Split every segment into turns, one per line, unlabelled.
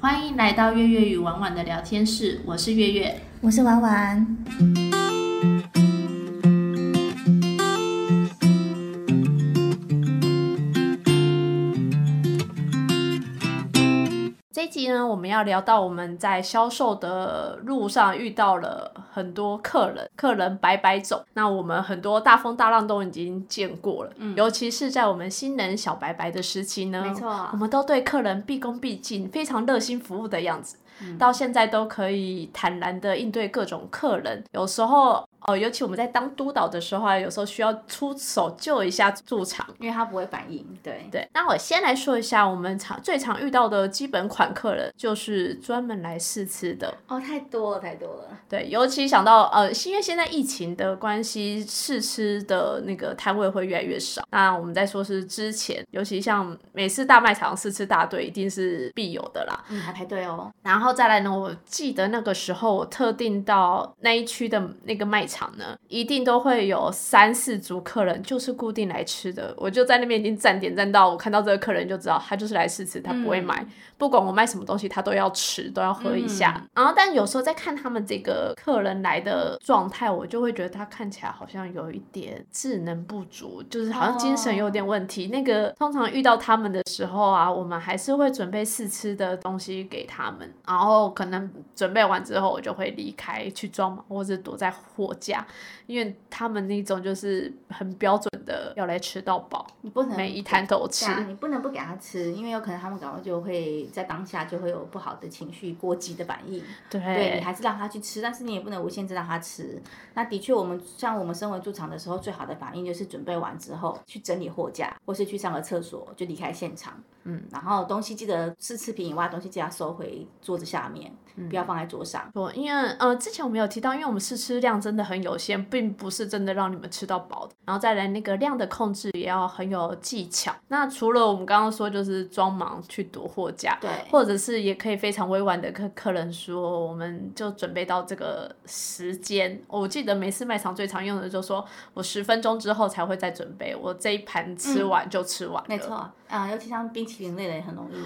欢迎来到月月与婉婉的聊天室，我是月月。
我是婉婉。
这一集呢，我们要聊到我们在销售的路上遇到了很多客人，客人百百种。那我们很多大风大浪都已经见过了，
嗯
尤其是在我们新人小白白的时期呢，
错啊
我们都对客人毕恭毕敬，非常热心服务的样子，
嗯
到现在都可以坦然的应对各种客人。有时候，哦，尤其我们在当督导的时候啊，有时候需要出手救一下驻场。
因为他不会反应，对，
对，那我先来说一下我们常最常遇到的基本款客人，就是专门来试吃的。
哦，太多了，太多了，
对，尤其想到呃，因为现在疫情的关系，试吃的那个摊位会越来越少。那我们再说是之前，尤其像每次大卖场试吃大队一定是必有的啦。
嗯，还排队哦，
然后再来呢，我记得那个时候我特定到那一区的那个卖场呢，一定都会有三四组客人就是固定来吃的。我就在那边已经站点站到，我看到这个客人就知道他就是来试吃，他不会买，不管我卖什么东西，他都要吃，都要喝一下。然后，但有时候在看他们这个客人来的状态，我就会觉得他看起来好像有一点智能不足，就是好像精神有点问题。那个通常遇到他们的时候啊，我们还是会准备试吃的东西给他们，然后可能准备完之后，我就会离开去装忙，或者躲在货架，因为他们那种就是很标准的要来吃到饱，
你不能
每一摊都有吃
对。啊，你不能不给他吃，因为有可能他们搞到就会在当下就会有不好的情绪过激的反应。
对，
对你还是让他去吃，但是你也不能无限制让他吃。那的确，我们像我们身为驻场的时候，最好的反应就是准备完之后去整理货架，或是去上个厕所就离开现场。
嗯，
然后东西记得是次品以外的东西记得要收回桌子下面，
嗯
不要放在桌上。
错，因为呃，之前我们有提到，因为我们试吃量真的很有限，并不是真的让你们吃到饱的。然后再来那个量的控制也要很有技巧。那除了我们刚刚说，就是装忙去夺货架，
对，
或者是也可以非常委婉的跟客人说，我们就准备到这个时间。我记得每次卖场最常用的就说，我十分钟之后才会再准备，我这一盘吃完就吃完、
嗯没错，，啊、尤其像冰淇淋类的也很容易。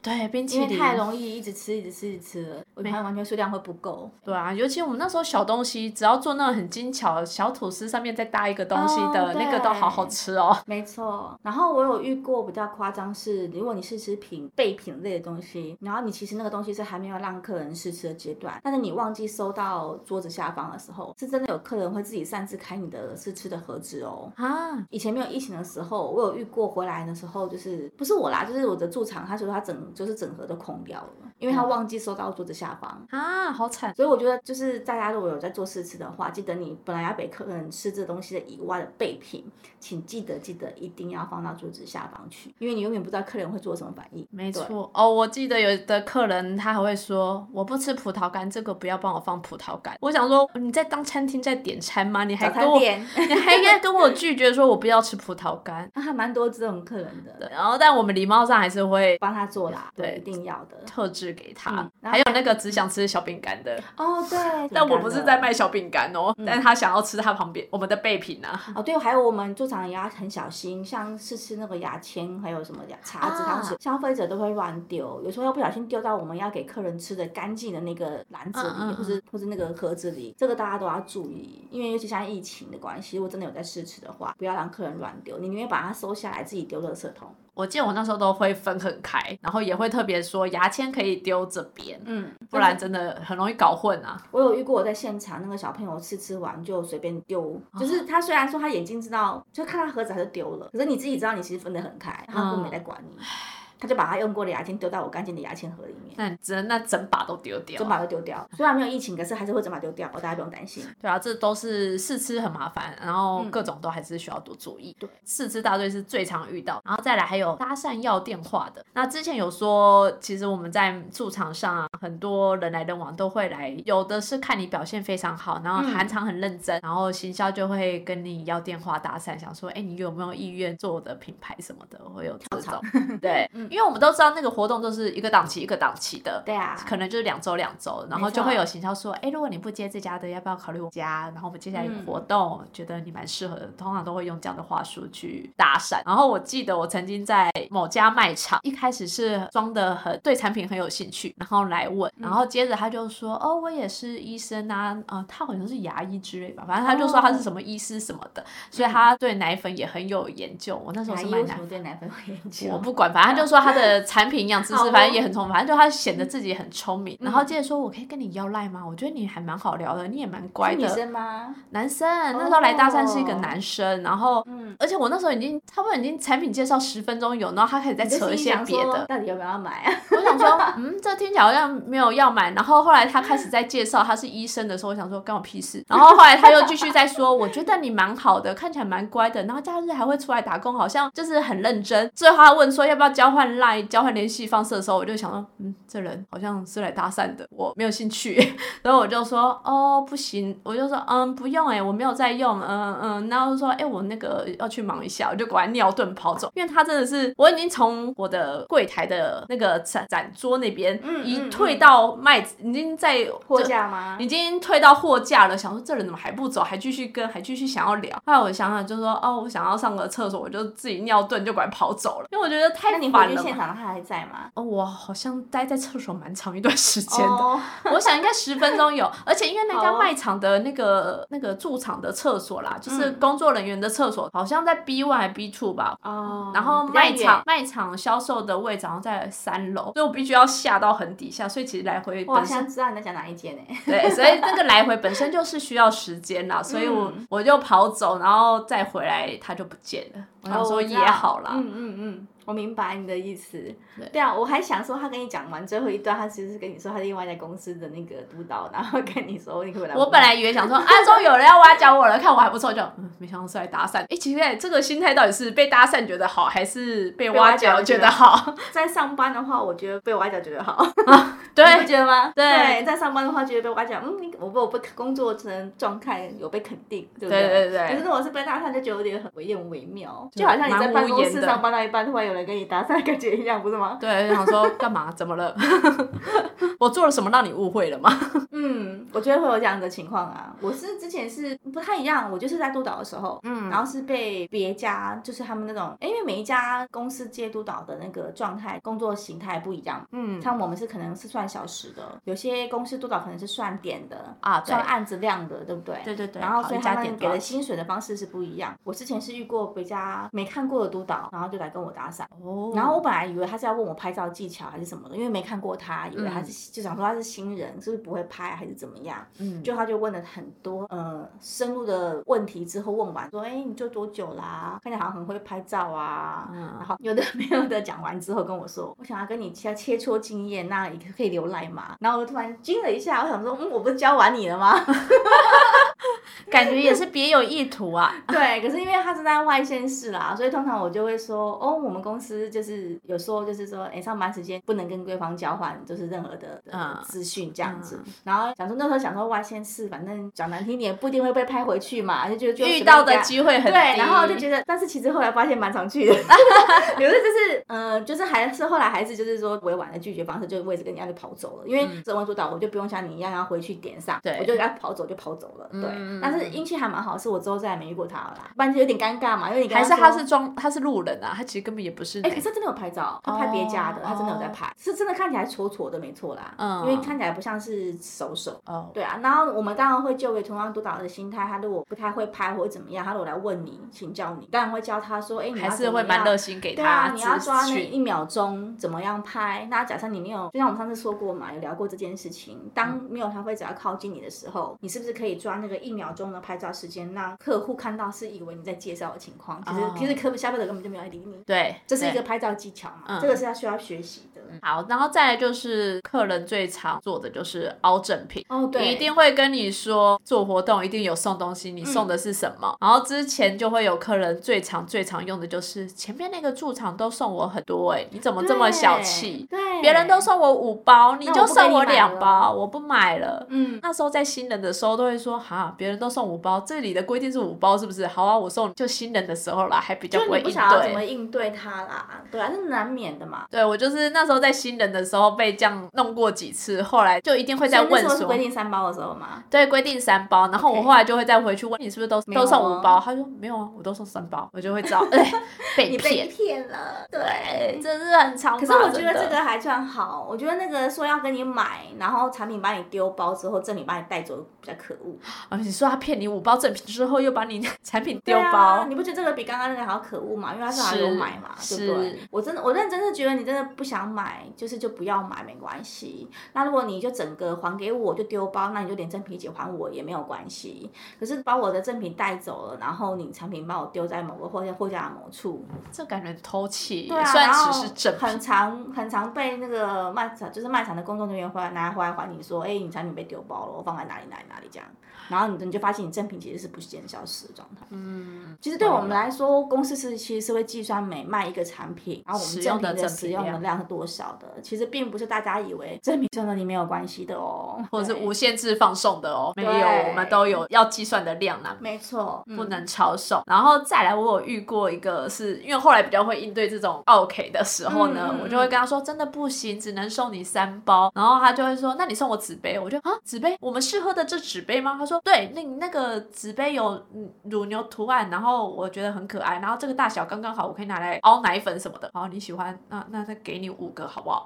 对，冰淇
因
淋
为太容易一直吃，一直吃，一直吃了，我觉得完全数量会不够。
对啊，尤其我们那时候小东西，只要做那种很精巧的小吐司，上面再搭一个东西的、
哦
那个，都好好吃哦。
没错，然后我有遇过比较夸张是，如果你试吃品备品类的东西，然后你其实那个东西是还没有让客人试吃的阶段，但是你忘记收到桌子下方的时候，是真的有客人会自己擅自开你的试吃的盒子哦。
啊，
以前没有疫情的时候，我有遇过回来的时候，就是不是我啦，就是我的驻场，他说他整就是整盒都空掉了，因为他忘记收到桌子下方。
啊，好惨！
所以我觉得，就是大家如果有在做试吃的话，记得你本来要给客人吃这东西的以外的备品，请记得记得一定要放到桌子下方去，因为你永远不知道客人会做什么反应。
没
对，
错哦，我记得有的客人他还会说，我不吃葡萄干，这个不要帮我放葡萄干。我想说，你在当餐厅在点餐吗？你还
早
跟
餐
我，
店，
你还应该跟我拒绝说我不要吃葡萄干。
那还蛮多这种客人的，
然后，但我们礼貌上还是会
帮他做啦，对，一
对
定要的。
特制给他
嗯。然后
还有那个只想吃小嗯饼干的，
哦，对，
但我不是在
卖。
卖小饼干哦，但他想要吃他旁边我们的备品啊。
哦，对，还有我们驻场也要很小心，像是吃那个牙签，还有什么牙叉子、
啊
汤匙，消费者都会乱丢，有时候又不小心丢到我们要给客人吃的干净的那个篮子里，
嗯嗯嗯
或者或者那个盒子里，这个大家都要注意，因为尤其像疫情的关系，如果真的有在试吃的话，不要让客人乱丢，你宁愿把它收下来，自己丢垃圾桶。
我记得我那时候都会分很开，然后也会特别说牙签可以丢这边，
嗯，
不然真的很容易搞混啊。
我有遇过，我在现场那个小朋友吃吃完就随便丢，
哦
就是他虽然说他眼睛知道，就看他盒子还是丢了，可是你自己知道你其实分得很开，他根本没在管你，
嗯
他就把他用过的牙签丢到我干净的牙签盒里面，
那你只能那整把都丢掉啊
就。把它丢掉。虽然没有疫情，可是还是会整把丢掉，大家不用担心。
对啊，这都是试吃很麻烦，然后
嗯
各种都还是需要多注意。
对，
试吃大队是最常遇到，然后再来还有搭讪要电话的。那之前有说，其实我们在驻场上啊，很多人来人往都会来，有的是看你表现非常好，然后
嗯
韩场很认真，然后行销就会跟 你要电话搭讪，想说，哎，你有没有意愿做我的品牌什么的，会有这种。对，因为我们都知道那个活动都是一个档期一个档期的，
嗯对啊，
可能就是两周两周，然后就会有行销说，哎，如果你不接这家的，要不要考虑我家？然后我们接下来有活动，觉得你蛮适合的，通常都会用这样的话术去搭讪。然后我记得我曾经在某家卖场，一开始是装的很对产品很有兴趣，然后来问，然后接着他就说，哦，我也是医生啊，呃，他好像是牙医之类吧，反正他就说他是什么医师什么的，所以他对奶粉也很有研究。我那时候
牙
是
医
卖
为
奶
什
粉
么。对奶粉有研究？
我不管，反正他就说他 的产品营养知
好
识，
哦嗯
反正也很聪明，反正就他显得自己很聪明。然后接着说，我可以跟你要赖吗？我觉得你还蛮好聊的，你也蛮乖
是女
的。
生吗？
男生那时候来搭讪是一个男生，然后
嗯，
而且我那时候已经差不多已经产品介绍十分钟有，然后他开始在
你就
扯
心里
一些
想
别
说
的。
到底要不要买啊？
我想说，嗯，这听起来好像没有要买。然后后来他开始在介绍他是医生的时候，我想说干我屁事。然后后来他又继续在说，我觉得你蛮好的，看起来蛮乖的，然后假日还会出来打工，好像就是很认真。最后他问说要不要交换 line 交换联系方式的时候，我就想说，嗯，这人好像是来搭讪的，我没有兴趣。然后我就说，哦，不行，我就说，嗯，不用哎、我没有在用，嗯嗯。然后就说，哎、我那个要去忙一下，我就果然尿遁跑走，因为他真的是，我已经从我的柜台的那个展展桌那边
嗯
一
嗯
退到卖，已经在
货
就
架吗
已？经退到货架了，想说这人怎么还不走，还继续跟，还继续想要聊。后来我想想就说，哦，我想要上个厕所，我就自己尿遁，就管跑走了，因为我觉得太
那你
烦
回去
了
现
嘛。
场他还在吗？
哦，我好像待在厕所蛮长一段时间的
哦，
我想应该十分钟有，而且因为那家
好哦
卖场的那个、那个驻场的厕所啦，就是工作人员的厕所，好像在 B one 还 B two 吧。
嗯哦
然后
比较
卖场
远
卖场销售的位置好像在三楼，所以我必须要下到很底下，所以其实来回
我好
本身
像知道你在讲哪一间呢。
对，所以这个来回本身就是需要时间啦，所以我、
嗯
我就跑走，然后再回来它就不见了。我想
哦
说
我知
也
道
好啦，
嗯嗯嗯，我明白你的意思
对。
对啊，我还想说，他跟你讲完最后一段，他其实是跟你说他是另外一家公司的那个督导，然后跟你说你可不可以来们公司。
我本来以为想说，啊，终于有人要挖角我了，看我还不错，就、嗯、没想到是来搭讪。哎、奇怪，这个心态到底是被搭讪觉得好，还是被挖角觉得好？
在上班的话，我觉得被挖角觉得好，
对
你不觉得吗？
对
在上班的话，觉得被挖角，嗯，你我被我被工作成状态有被肯定，对不
对
对
对对
可是如果是被搭讪，就觉得有点很微言微妙，
就
就好像你在办
蛮无
公
言
室
的
上班到一半，突然有人跟你搭讪，感觉一样，不是吗？
对，就想说干嘛？怎么了？ 我做了什么让你误会了吗？
嗯，我觉得会有这样的情况啊。我是之前是不太一样，我就是在督导的时候，嗯，然后是被别家，就是他们那种，因为每一家公司接督导的那个状态、工作形态不一样，
嗯
像我们是可能是算小时的，有些公司督导可能是算点的
啊对
算案子量的，对不对？
对对对
然后
好
所以
一家
他们
点
给
多少
的薪水的方式是不一样。我之前是遇过别家没看过的督导，然后就来跟我搭讪。
哦
然后我本来以为他是要问我拍照技巧还是什么的，因为没看过他，以为他是、就想说他是新人，是不是不会拍还是怎么样？
嗯
就他就问了很多呃深入的问题之后，问完说，哎，你做多久啦？看起来好像很会拍照啊。
嗯
然后有的没有的讲完之后跟我说，我想要跟你切切磋经验，那你可以留来嘛。然后我就突然惊了一下，我想说，嗯，我不是教完你了吗？
感觉也是别有意图 啊。
对，可是因为他是在外县市啦，所以通常我就会说，哦，我们公司就是有时候就是说，哎，上班时间不能跟对方交换，就是任何的
嗯
的资讯这样子。然后想说那时候想说外县市，反正讲难听点，不一定会被拍回去嘛，就觉得就
遇到的
机。
机会很低，
对，然后就觉得，但是其实后来发现蛮常 去的，有的就是，嗯、就是还是后来还是就是说委婉的拒绝方式，就我也是跟人家就跑走了，因为这文督导我就不用像你一样要回去点上，
嗯对
我就要跑走就跑走了，对。
嗯
但是运气还蛮好，是我之后再也没遇过他了啦，不然就有点尴尬嘛，因为你跟
还是
说
他是。装，他是路人啊，他其实根本也不是那
哎、
个。
可是真的有拍照，他拍别家的，
哦
他真的有在拍，是真的看起来挫挫的，没错啦，
嗯
因为看起来不像是熟手，
哦，
对啊，然后我们当然会就给同样督导的心态，他如果不太会拍或者怎么样，他如果来问你请教你，当然会教他说，哎，你要
还是
怎么
会蛮
样
热心给
对啊
他，
你要
资
抓那
讯
一秒钟怎么样拍？那假设你没有，就像我们上次说过嘛，有聊过这件事情。当
嗯
没有消费者要靠近你的时候，你是不是可以抓那个一秒钟的拍照时间，让客户看到是以为你在介绍的情况？其实、
哦
其实客户消费者根本就没有来理你，
对，
这是一
对
个拍照技巧嘛，
嗯
这个是要需要学习的。
好，然后再来就是客人最常做的就是凹正品。
哦，对，
一定会跟你说做活动一定有送东
嗯
西，你送的是什么？然后之前就会有客人最常最常用的就是前面那个驻场都送我很多、欸，哎，你怎么这么小气？
对，
别人都送我五包，你
那
就
我不跟
送
你
我
买
两
了
包，我不买了。
嗯，
那时候在新人的时候都会说，哈，别人都送五包，这里的规定是五包，是不是？好啊，我送就新人的时候啦，还比较
就
不
你
会
不
应
晓得怎么
对。
应对他啦，对啊，那难免的嘛。
对我就是那时候在新人的时候被这样弄过几次，后来就一定会再
所以那
问
时候是
说
规，定三包的时候嘛，
对，规定三包，然后我
OK
后来就会再回去问你是不是都
没有
都送
哦
五包，他说没有啊，我都送三包，我就会知道， 哎，被
你被
骗，
骗了，对。
这是很常发
可
生
是
的。
我觉得这个还算好，我觉得那个说要跟你买，然后产品把你丢包之后，赠品把你带走比较可恶。
啊，你说他骗你五包赠品之后，又把你的 产品
对
丢包
啊，，你不觉得这个比刚刚那个还要可恶吗？因为他是还
是
有买嘛，对不对
是？
我真的，我认真的觉得你真的不想买，就是就不要买没关系。那如果你就整个还给我，就丢包，那你就连赠品一起还我也没有关系。可是把我的赠品带走了，然后你产品把我丢在某个货架货架的某处，
这感觉很偷窃耶，
对啊，
虽然
然
只
后
是正品
很，常很常被那个卖场就是卖场的工作人员回来拿回来还你说，哎、你产品被丢包了，我放在哪里哪里哪里这样，然后你你就发现你正品其实是不见消失的状态。嗯，其实对我们来说，公司是其实是会计算每卖一个产品，然后我们
使
正
用的
品的
正
使
品
用的
量
量是多少的，其实并不是大家以为正品送到你没有关系的哦，
或者是
对
无限制放送的哦，没有，
对
我们都有要计算的量啦。
没错，
不
嗯
能超送，然后再来，我有遇过一个是，因为后来比较会应对这种 OK 的时候呢，
嗯嗯
我就会跟他说，真的不行，只能送你三包，然后他就会说，那你送我纸杯，我就啊，纸杯，我们试喝的这纸杯吗？他说，对，那那个纸杯有嗯乳牛图案，然后我觉得很可爱，然后这个大小刚刚好，我可以拿来熬奶粉什么的，好，你喜欢，那那再给你五个好不好？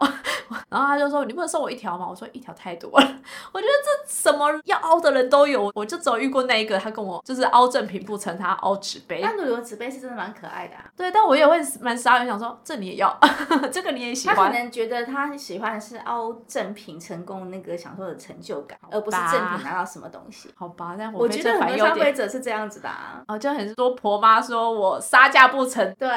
然后他就说，你不能送我一条吗？我说一条太多了， 我觉得这什么要凹的人都有，我就只有遇过那一个，他跟我就是凹正品不成，他凹纸杯。
那旅游纸杯是真的蛮可爱的、啊。
对，但我也会蛮傻眼，想说这你也要， 这个你也喜
他可
欢。
能觉得他喜欢的是凹正品成功那个享受的成就感，而不是正品拿到什么东西。
好吧，但
我
被
觉
这
得
反
很多
应
消
有
费
点，
者是这样子的、啊，
哦，就很多婆妈说我杀价不成，
对，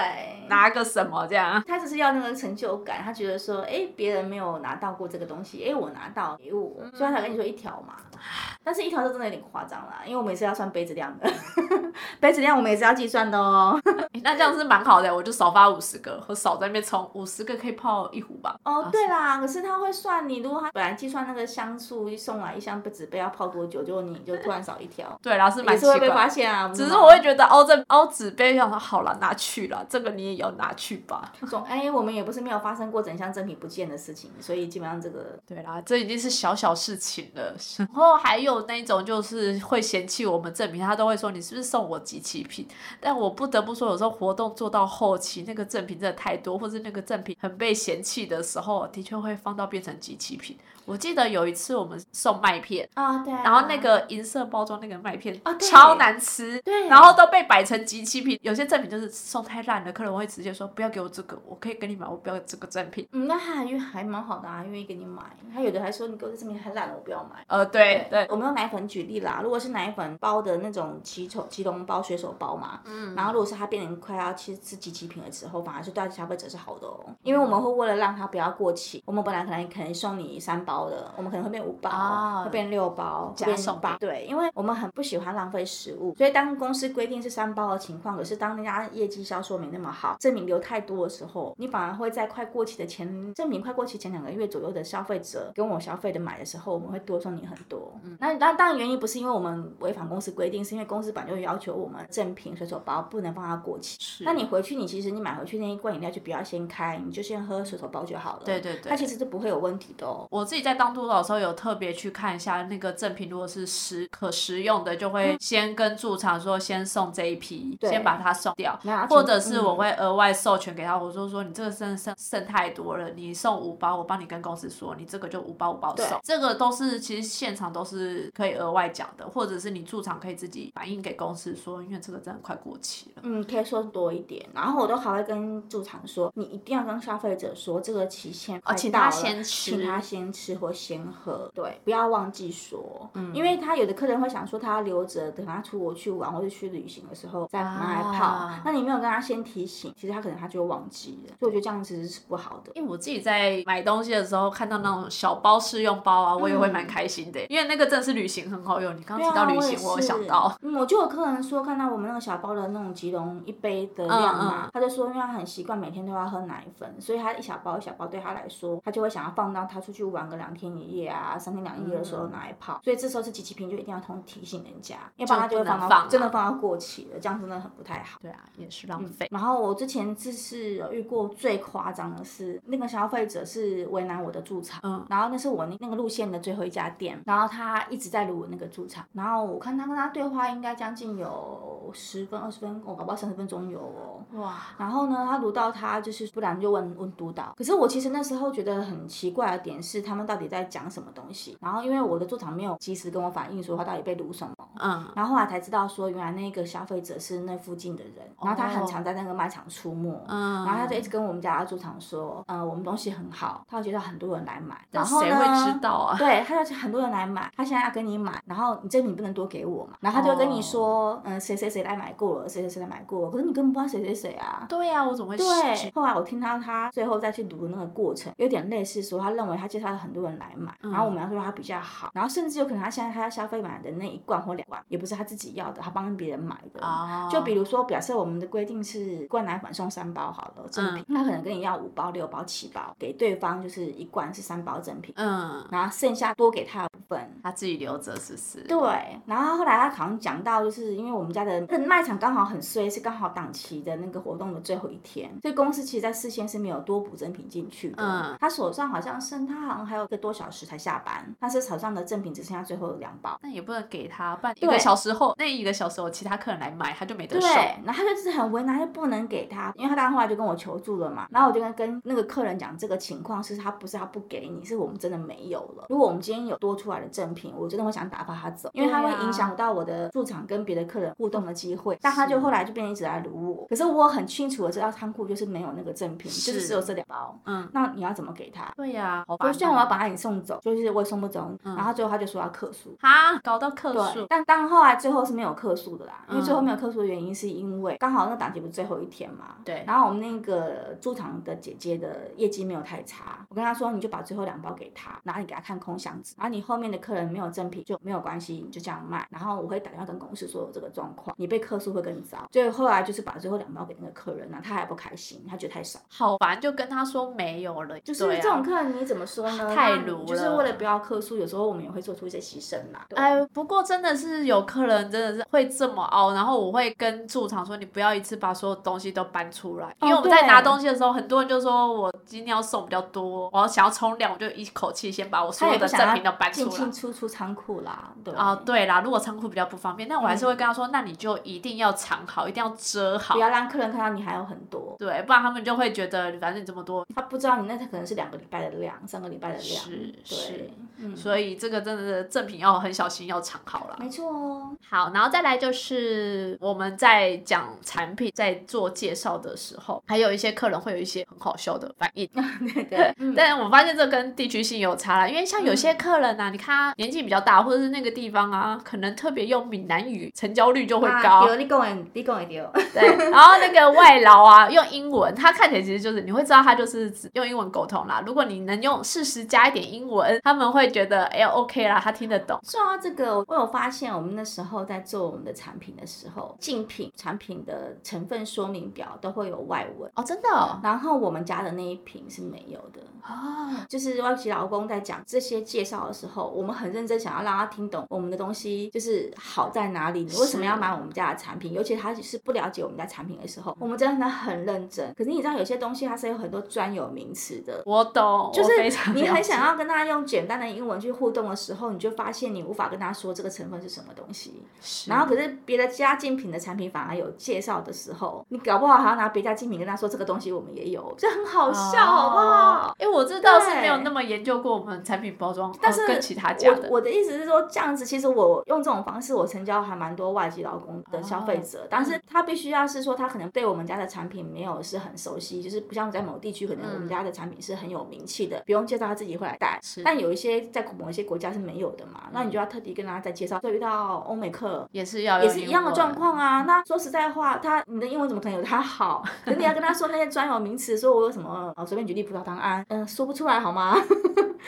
拿个什么这样。啊
他只是要那个成就感，他觉得说，哎，别人没有拿到过这个东西，哎，我拿到给我，
嗯
所以他才跟你说一条嘛。 但是一条就真的有点夸张啦，因为我们也是要算杯子量的， 杯子量我们也是要计算的 哦。
诶那这样是蛮好的，我就少发五十个，我少在那边冲五十个可以泡一壶吧。
哦
啊，，
对啦，可是他会算你，如果他本来计算那个箱数送来一箱纸杯要泡多久，结果你就突然少一条
对啦，是蛮
也
奇
是会
怪
被发
的。
现啊。
只是
妈
我会觉得凹正凹纸杯，想说好了拿去了，这个你也要拿去吧。
总哎、我们也不是没有发生过整箱正品不见的事情，所以基本上这个
对啦，这已经是小小事情了。 然后还有那种就是会嫌弃我们赠品，他都会说你是不是送我集齐品？但我不得不说，有时候活动做到后期，那个赠品真的太多，或是那个赠品很被嫌弃的时候，的确会放到变成集齐品。我记得有一次我们送麦片，
啊、对
然后那个银色包装那个麦片、
啊对
超难吃，
对
然后都被摆成集齐品。有些赠品就是送太烂了，客人会直接说不要给我这个，我可以跟你买，我不要这个赠品。
嗯，那他还愿还蛮好的啊，愿意给你买。他有的还说你给我这赠品太烂了，我不要买。
呃，对对，
我们用奶粉举例啦，如果是奶粉包的那种奇丑奇隆包、水手包嘛，嗯，然后如果是它变成快要吃吃集齐品的时候，反而是对消费者是好的哦，因为我们会为了让它不要过期，我们本来可能可能送你三包的，我们可能会变五包，
哦
会变六包，会
加
变
送
八，对，因为我们很不喜欢浪费食物，所以当公司规定是三包的情况，可是当人家业绩销售没那么好，证明留太多的时候，你反而会在快过期的前，证明快过期前两个月左右的消费者跟我消费的买的时候，我们会多送你很多。嗯，那那当然原因不是因为我们违反公司规定，是因为公司本来就要求我们正品随手包不能放它过期。那你回去，你其实你买回去那一罐饮料就不要先开，你就先喝随手包就好了。
对对对
它其实就不会有问题的哦。
我自己在当督导的时候，有特别去看一下那个赠品，如果是食可食用的，就会先跟驻场说先送这一批，
嗯对
先把它送掉
那要，
或
请
者是
嗯
我会额外授权给他，我说说你这个剩剩剩太多了，你送五包，我帮你跟公司说，你这个就五包五包
对
送，这个都是其实现场都是可以额外讲的，或者是你驻场可以自己反映给公司说，因为这个真的快过期了。
嗯，可以说多一点，然后我都还会跟驻场说，你一定要跟消费者说这个期限快
哦请
到
他
了
先
请
吃
他先吃或先喝，对，不要忘记说，嗯，因为他有的客人会想说他要留着，等他出国去玩或者去旅行的时候再拿来泡，
啊
那你没有跟他先提醒，其实他可能他就会忘记了，所以我觉得这样其实是不好的。
因为我自己在买东西的
嗯
时欸候看到那种小包试用包啊，我也会蛮开心的耶、因为那个真的是旅行很好用。你刚刚提到旅旅行，我有想到。
嗯，我就有客人说，看到我们那个小包的那种吉隆一杯的量嘛，
嗯嗯
他就说，因为他很习惯每天都要喝奶粉，所以他一小包一小包对他来说，他就会想要放到他出去玩个两天一夜啊，三天两夜的时
嗯
候拿来泡。所以这时候是集齐瓶就一定要通提醒人家，要不然他就会放到
就不能放啊
真的放到过期了，这样真的很不太好。
对啊，也是浪费。
然后我之前就是有遇过最夸张的是，那个消费者是为难我的驻场，
嗯
然后那是我那那个路线的最后一家店，然后他一直在撸我那个驻场，然后我看他跟他对话应该将近有十分二十分，我、搞不好三十分钟有哦。
哇，
然后呢，他读到他就是，不然就问问督导。可是我其实那时候觉得很奇怪的点是，他们到底在讲什么东西？然后因为我的驻场没有及时跟我反映说他到底被撸什么，
嗯，
然后后来才知道说，原来那个消费者是那附近的人，然后他很常在那个卖场出没。
嗯
然后他就一直跟我们家的驻场说，呃，我们东西很好，他会觉得很多人来买，然
那
后
谁
呢
会知道 啊？
对，他就很多人来买，他现在要跟你买，然后你这你不能多给我嘛，然后他就
哦
跟你说，嗯、谁谁谁来买过了，谁谁谁来买过了，可是你根本不知道谁谁谁啊。
对呀、啊，我怎么会
对
知，？
后来我听到他最后再去读的那个过程，有点类似说，他认为他介绍了很多人来买，
嗯
然后我们要说他比较好，然后甚至有可能他现在他要消费买的那一罐或两罐，也不是他自己要的，他帮别人买的。
啊，
就比如说，表示我们的规定是罐奶粉送三包好了，正品，他可能跟你要五包、六包、七包，给对方就是一罐是三包正品，
嗯，
然后剩下多给他的部分
他自己留着是不是？
对，然后后来他好像讲到，就是因为我们家的那个卖场刚好很衰，是刚好档期的那个活动的最后一天，所以公司其实在事先是没有多补赠品进去的。
嗯
他手上好像剩他好像还有一个多小时才下班，但是手上的赠品只剩下最后两包。
那也不能给他，不然一
对
个小时后，那一个小时后其他客人来买，他就没得
对
收。，
然后他就是很为难，他就不能给他，因为他当然后来就跟我求助了嘛。然后我就跟跟那个客人讲这个情况，是他不是他不给你，是我们真的没有了。如果我们今天有多出来的赠品，我真的会想打发他走，因为他
对啊
会影响到我的驻场跟别的客人互动的机会。但他就后来就变成一直在撸我，可是我很清楚的知道仓库就是没有那个赠品，就是是只有这两包。
嗯，
那你要怎么给他？
对呀、好
就
烦
算我要
哦
把他给送走，嗯就是我也送不走。然后最后他就说要克数，
哈搞到客
对
数，，
但当然后来最后是没有客诉的啦，因为最后
嗯
没有客诉的原因是因为刚好那档期不是最后一天嘛。
对
然后我们那个驻场的姐姐的业绩没有太差，我跟她说你就把最后两包给她，然后你给她看空箱子，然后你后面的客人没有赠品就没有关系，你就这样卖。然后我会打电话跟公司说有这个状况，你被客诉会更糟。所以后来就是把最后两包给那个客人了、啊，他还不开心，他觉得太少。
好烦，就跟他说没有了，
就是
对
这
啊
种客人你怎么说呢？
太
那
鲁
就是
了
为了不要客诉，有时候我们也会做出一些牺牲啦。对
哎，不过真的是有客人真的是会这么凹，然后我会跟驻场说，你不要一次把所有东西都搬出来，因为我们在
哦对
拿东西的时候，很多人就说我今天要送比较多，我要想要冲量，我就一口气先把我所
他
有
也
的
不
赠
想
品都
要
搬出
进
来
进。出出仓库啦，对
哦，对啦，如果仓库比较不方便，但我还是会跟他说，那你就一定要藏好，一定要遮
嗯
好
不，要让客人看到你还有很多，
对，不然他们就会觉得反正你这么多，
他不知道你那可能是两个礼拜的量，三个礼拜的量，
是是
对，嗯，
所以这个真的是赠品要很小心，要藏好啦。
没错哦，
好，然后再来就是我们在讲产品、在做介绍的时候，还有一些客人会有一些很好笑的反应。
对对，嗯
但我发现这跟地区性有差啦，因为像有些客人呐、啊，你看他年纪比较大，或者是那个地方啊，可能特别用闽南语，成交率就会
啊
高。
对你讲的，你讲的对，
对，然后那个外劳啊，用英文，他看起来其实就是你会知道他就是只用英文沟通啦。如果你能用事实加一点英文，他们会觉得哎、OK 啦，他听得懂。
说到这个，我有发现，我们那时候在做我们的产品的时候，竞品产品的成分说明表都会有外文。
哦，真的哦，
然后我们家的那一瓶是没有的，
哦
就是外籍劳工在讲这些介绍的时候，我们很认真想要让他听懂我们的东西就是好在哪里，你为什么要买我们家的产品？尤其他是不了解我们家产品的时候，我们真的很认真。可是你知道有些东西它是有很多专有名词的。
我懂，
就
我非
是
常
你
了
很
解
想要跟他用简单的英文去互动的时候，你就发现你无法跟他说这个成分是什么东西。
是
然后可是别的家竞品的产品反而有介绍的时候，你搞不好还要拿别家竞品跟他说这个东西我们也有，这很好笑，好不好？
哦？因为我知道是
对
没有那么研究过我们产品包装，
但
哦
是
跟其他家
我
的
我的意思是说，这样子其实我用这种方式，我成交还蛮多外籍劳工的消
哦
费者，但
嗯
是他必须要是说他可能对我们家的产品没有是很熟悉，就是不像在某地区，可能我们家的产品是很有名气的，不用介绍他自己会来带
嗯是。嗯
但有一些在某一些国家是没有的嘛，那你就要特地跟大家再介绍。所以遇到到欧美课。
也是要
也
用
是一
英
样的
文
状。况啊。
嗯
那说实在话，他你的英文怎么可能有他好？可是你要跟他说那些专有名词，说我有什么呃，随便举例葡萄糖胺，嗯、说不出来好吗？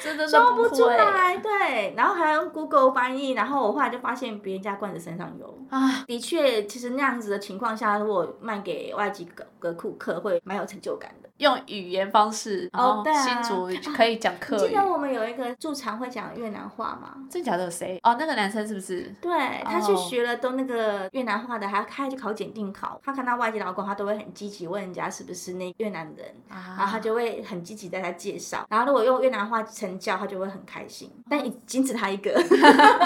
这真的
说
不
不出
会。
来，对。然后还用 Google 翻译，然后我后来就发现别人家罐子身上有。
啊，
的确，其实那样子的情况下，如果卖给外籍个个顾客，会蛮有成就感的。
用语言方式，然
哦
后
对啊
新竹可以讲
你
客
记
语
得。我们有一个驻场会讲越南话吗？
真假的谁？哦，那个男生是不是？
对，他去
哦
学了都那个越南话的，还他还去考检定考。他看到外籍劳工，他都会很积极问人家是不是那越南人。然后他
啊，
就会很积极地在他介绍，然后如果用越南话成交，他就会很开心。但仅仅此他一个，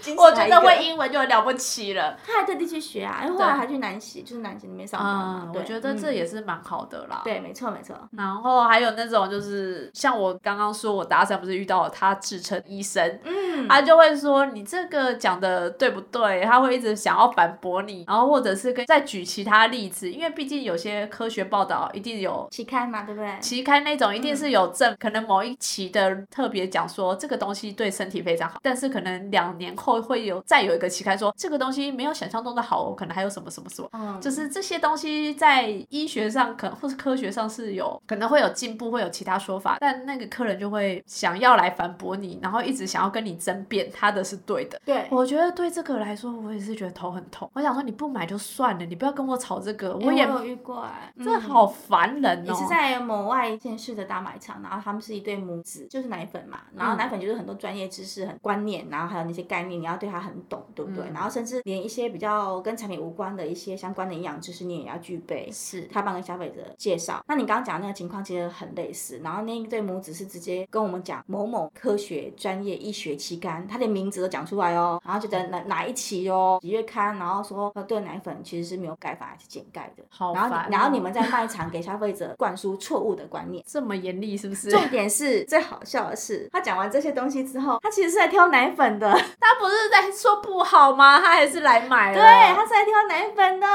仅此
我
他
觉
一
得
个
会英文就了不起了。
他还特地去学啊，因为后来还去南溪，就是南溪那边上班嘛
嗯，。
对
我觉得这、
嗯
也是蛮好的啦。。
对，没错没错。
然后还有那种就是像我刚刚说，我搭讪不是遇到了他自称医生，
嗯，
他就会说你这个讲的对不对？他会一直想要反驳你，然后或者是跟再举其他例子，因为毕竟有些科学报道一定有。
期刊嘛，对不对？
期刊那种一定是有证，可能某一期的特别讲说这个东西对身体非常好，但是可能两年后会有再有一个期刊说这个东西没有想象中的好哦，可能还有什么什么什么，
嗯，
就是这些东西在医学上可或是科学上是有可能会有进步，会有其他说法，但那个客人就会想要来反驳你，然后一直想要跟你争辩他的是对的。
对，
我觉得对这个来说，我也是觉得头很痛。我想说你不买就算了，你不要跟我吵这个，我
因
也、
为我有遇过哎、
这
嗯
好烦人
也
哦。
是在某外县市的大卖场，然后他们是一对母子，就是奶粉嘛，然后
嗯
奶粉就是很多专业知识、很观念，然后还有那些概念，你要对它很懂，对不对？
嗯
然后甚至连一些比较跟产品无关的一些相关的营养知识，你也要具备。
是
他帮消费者介绍，那你刚刚讲的那个情况其实很类似。然后那一对母子是直接跟我们讲某某科学专业医学期刊，他连名字都讲出来哦，然后就在哪哪一期哦几月刊，然后说呃对奶粉其实是没有钙，反而是减钙的。
好
然后
烦
你，然后你
哦
们在卖场给消费者灌输错误的观念。
这么严厉是不是？
重点是最好笑的是，他讲完这些东西之后，他其实是来挑奶粉的，
他不是在说不好吗？他还是来买了。
对，他是来挑奶粉的，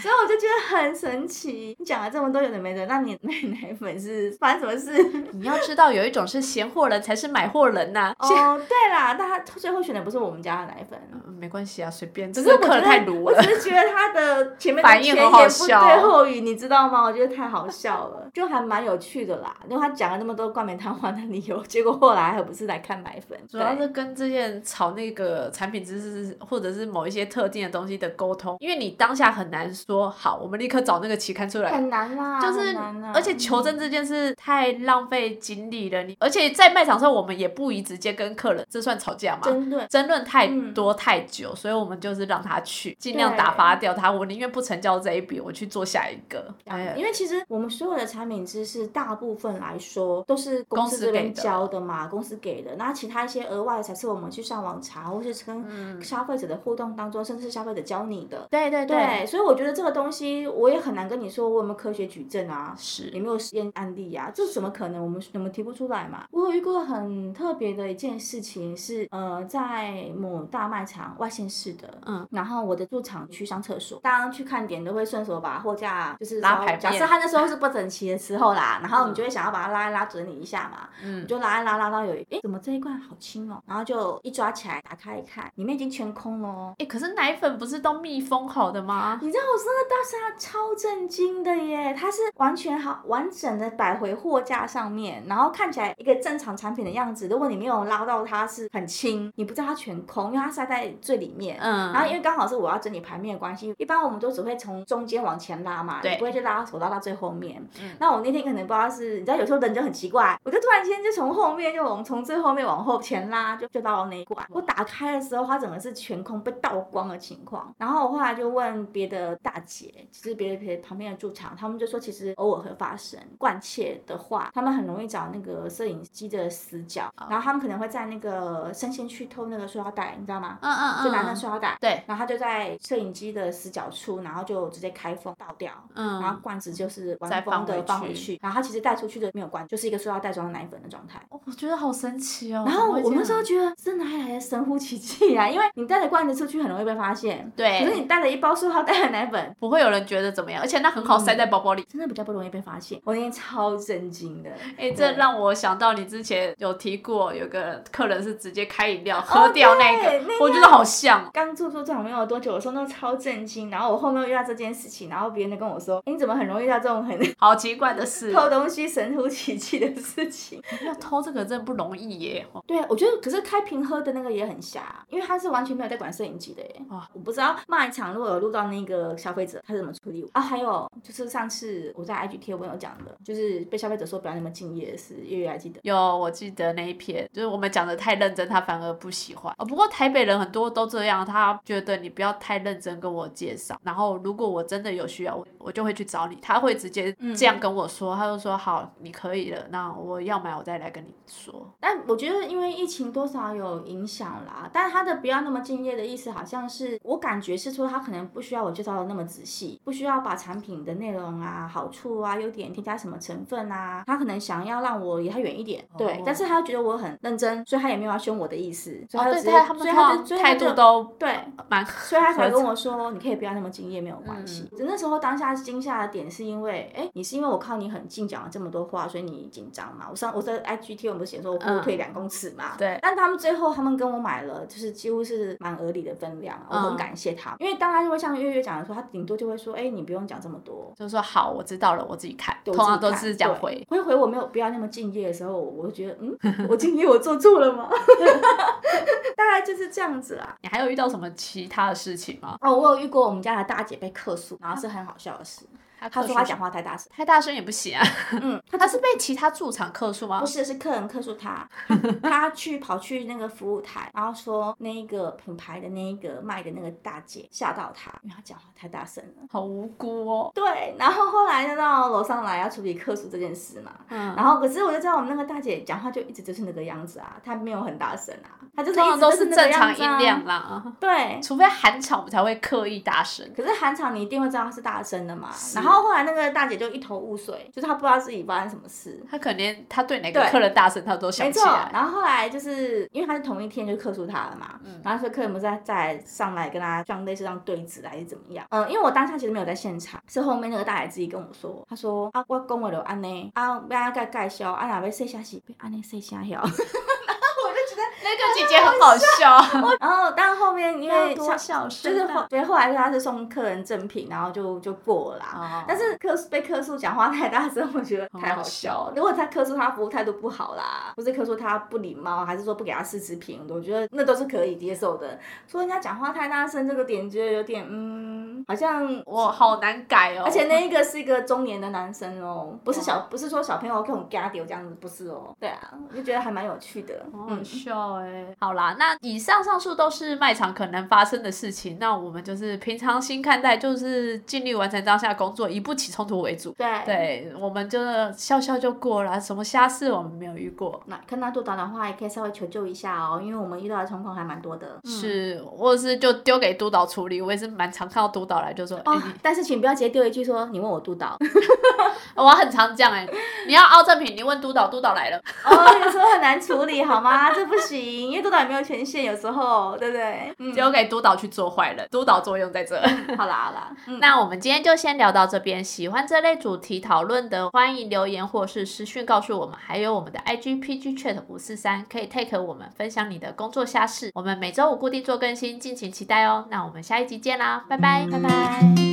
所以我就觉得很神奇。你讲了这么多有的没的，那你 卖奶粉是发生什么事？
你要知道有一种是闲货人才是买货人呐、现
哦，对啦，但他最后选的不是我们家的奶粉，
嗯没关系啊，随便。
只
这
是我觉
个客人
得
太鲁
我
了。
只是觉得他 的前面的
反应
前
很
言
好
不对
笑
后语，你知道吗？我觉得太好笑了，就还蛮有趣的啦。因为他讲了那么多冠冕堂皇的理由，结果后来还不是来看奶粉，
主要
对
是跟这些人炒那个产品知识，或者是某一些特定的东西的沟通，因为你当下很难说好，我们立刻找那个期刊出来。
很难啦，
就是
很难啊啦，
而且求证这件事太浪费精力了。你而且在卖场上，我们也不宜直接跟客人，这算吵架吗？
针对。
争论太
嗯
多太久，所以我们就是让他去，尽量打
对
发掉他。我宁愿不成交这一笔，我去做下一个。哎
因为其实我们所有的产品知识，大部分来说都是公
公
司
司
这边
给的
教的嘛，公司给的。那其他一些额外的，才是我们去上网查，或是跟消费者的互动当中，甚至是消费者教你的。
嗯对对
对，所以我觉得这个东西，我也很难跟你说我有没有科学举证啊，有
是
没有实验案例啊？这怎么可能？我们我们提不出来嘛。我有遇过很特别的一件事情是，呃，在某大卖场外县市的，
嗯，
然后我的驻场去上厕所，当然去看点都会顺手把货架就是
拉
稍微
牌面
假设他那时候是不整齐的时候啦，然后你
嗯
就会想要把它拉一拉整理一下嘛，
嗯
你就拉一拉拉到有，哎，怎么这一罐好轻哦？然后就一抓起来打开一看，里面已经全空了哦。
哎、可是奶粉不是都密封好的吗？
你知道我真的当时他超震惊的耶，它是完全好完整的摆回货架上面，然后看起来一个正常产品的样子。如果你没有拉到它是很轻，你不知道它全空，因为它塞在最里面。
嗯，
然后因为刚好是我要整理牌面的关系，一般我们都只会从中间往前拉嘛，
对
你不会去拉手拉到最后面。
嗯
那我那天可能不知道是，你知道有时候人就很奇怪，我就突然间就从后面就往从最后面往后前拉，就就到了那一罐。我打开的时候，它整个是全空被倒光的情况。然后我后来就问别的大姐，就是别的别的旁边的驻场，他们就说其实偶尔会发生，惯窃的话，他们很容易找那个摄影机的死角，
哦
然后他们可能会在那个生鲜区偷那个塑料袋，你知道吗？
嗯嗯
就拿那
嗯，
塑料袋，
对，
然后他就在摄影机的死角处，然后就直接开封倒掉，然后
嗯，
罐子就是
再
完封
放
的
回
放回
去
去，然后他其实带出去的没有关，就是一个塑料袋装的奶粉的状态。
哦我觉得好神奇哦。
然后
怎么
我
会这样
那时候觉得这哪里来的神乎其技啊？因为你带着罐子出去很容易被发现，可是
对，
你带着一包塑料袋的奶粉，
不会有人觉得怎么样，而且那
嗯
很好塞在包包里。
真的比较不容易被发现。我那天超震惊的，
哎、
对
这让我想到你之前有提过，有个客人是直直接开饮料喝掉那个，
哦对那
我觉得好像哦。
刚住宿转没有多久，我说那超震惊，然后我后面又遇到这件事情，然后别人就跟我说，诶你怎么很容易遇到这种很
好奇怪的事，
偷东西神乎其技的事情？
要偷这个真的不容易耶！哦
对，我觉得可是开瓶喝的那个也很瞎，啊因为他是完全没有在管摄影机的耶。
哇
我不知道卖场如果有录到那个消费者，他是怎么处理啊？还有就是上次我在 IG 贴文有讲的，就是被消费者说不要那么敬业的事，月月还记得？
有，我记得那一篇，就是我们讲的太认真，他反而不喜欢。哦，不过台北人很多都这样，他觉得你不要太认真跟我介绍，然后如果我真的有需要，我我就会去找你，他会直接
嗯
这样跟我说，他就说好，你可以了，那我要买我再来跟你说。
但我觉得，因为疫情多少有影响啦。但他的不要那么敬业的意思，好像是我感觉是说，他可能不需要我介绍的那么仔细，不需要把产品的内容啊、好处啊、优点、添加什么成分啊，他可能想要让我离他远一点。对
哦，
但是他觉得我很认真，所以他也没有要凶我的意思，所以他
哦，
就
对
直接，
他他
所
们
以他
通
就所
常
以
态
他
度
就
都
对。
蛮，
所以他才
和
跟我说，你可以不要那么敬业，没有关系。
嗯
那时候当下惊吓的点是因为，哎，你是因为我靠你很近讲了这么多话，所以你紧张嘛？我上我在 IG 贴我不是写说我后退两公尺嘛？
嗯对
但他们最后他们跟我买了，就是几乎是满额里的分量，啊我
嗯
很感谢他，因为当他就会像月月讲的说，他顶多就会说，哎，你不用讲这么多。
就说好，我知道了，我自己看，
对
通
我自己
常都
看
是这样
对
回。
会回我没有不要那么敬业的时候，我就觉得嗯，我敬业我做错了吗？ 大概就是这样子啦。
你还有遇到什么其他的事情吗？
哦，我有遇过我们家的大姐被客诉，然后是很好笑的事。
他
她说她讲话太大声，
太大声也不行啊，
嗯， 她
他是被其他驻场客诉吗？
不是是客人客诉 她，她去跑去那个服务台，然后说那个品牌的那个卖的那个大姐吓到她，因为她讲话太大声了。
好无辜哦。
对，然后后来就到楼上来要处理客诉这件事嘛。
嗯，
然后可是我就知道我们那个大姐讲话就一直就是那个样子啊，她没有很大声啊，她就是
通
一
常
直
都
就是
是
那个
正
样
常
子啊
音量。啦，
对，
除非喊场我们才会刻意大声。
可是韩场你一定会知道他是大声的嘛。
是
然后后来那个大姐就一头雾水，就是她不知道自己发生什么事。
他可能他对哪个
对
客人大声，他都想
没
起
错，
来。
然后后来就是因为他是同一天就克诉他了嘛，
嗯
然后所以客人不是再再上来跟他像类似像对峙还是怎么样？嗯，因为我当下其实没有在现场，是后面那个大姐自己跟我说，她说啊我讲话就安尼，啊要安介介绍，啊若要说啥是要安尼说啥 晓。
那个姐姐很好 笑，
然后但后面因为像
笑
就是
啊
后对后来是他是送客人赠品，然后就就过了啦。
哦
但是客被客诉讲话太大声，我觉得
很
太
好
好
笑
笑 了。如果他客诉他服务态度不好啦，不是客诉他不礼貌，还是说不给他试吃品，我觉得那都是可以接受的。说人家讲话太大声这个点，觉得有点嗯，好像
我好难改哦。
而且那一个是一个中年的男生哦，不是小，不是说小朋友跟我嗲丢这样子，不是哦。对啊，我就觉得还蛮有趣的。
好好
嗯，
笑哎、好啦，那以上上述都是卖场可能发生的事情，那我们就是平常心看待，就是尽力完成当下工作，以不起冲突为主。
对。
对，我们就笑笑就过了，什么瞎事我们没有遇过。
那看到多短的话，也可以稍微求救一下哦，因为我们遇到的状况还蛮多的。
是，或者是就丢给督导处理。我也是蛮常看到督导来就说，哎、
哦，但是请不要直接丢一句说你问我督导，
我很常这样哎、 你要凹正品，你问督导，督导来了，
哦，有时候很难处理好吗？这不行，因为督导也没有权限，有时候对不对？嗯，
丢给督导去做坏人，督导作用在这。
好啦好啦，嗯，
那我们今天就先聊到这边，喜欢这类主题讨论的，欢迎留言或是私讯告诉我们，还有我们的 IG PG Chat 五四三可以 take 我们分享你的工作哦瞎事，我们每周五固定做更新，敬请期待哦。那我们下一集见啦，拜拜，
拜拜。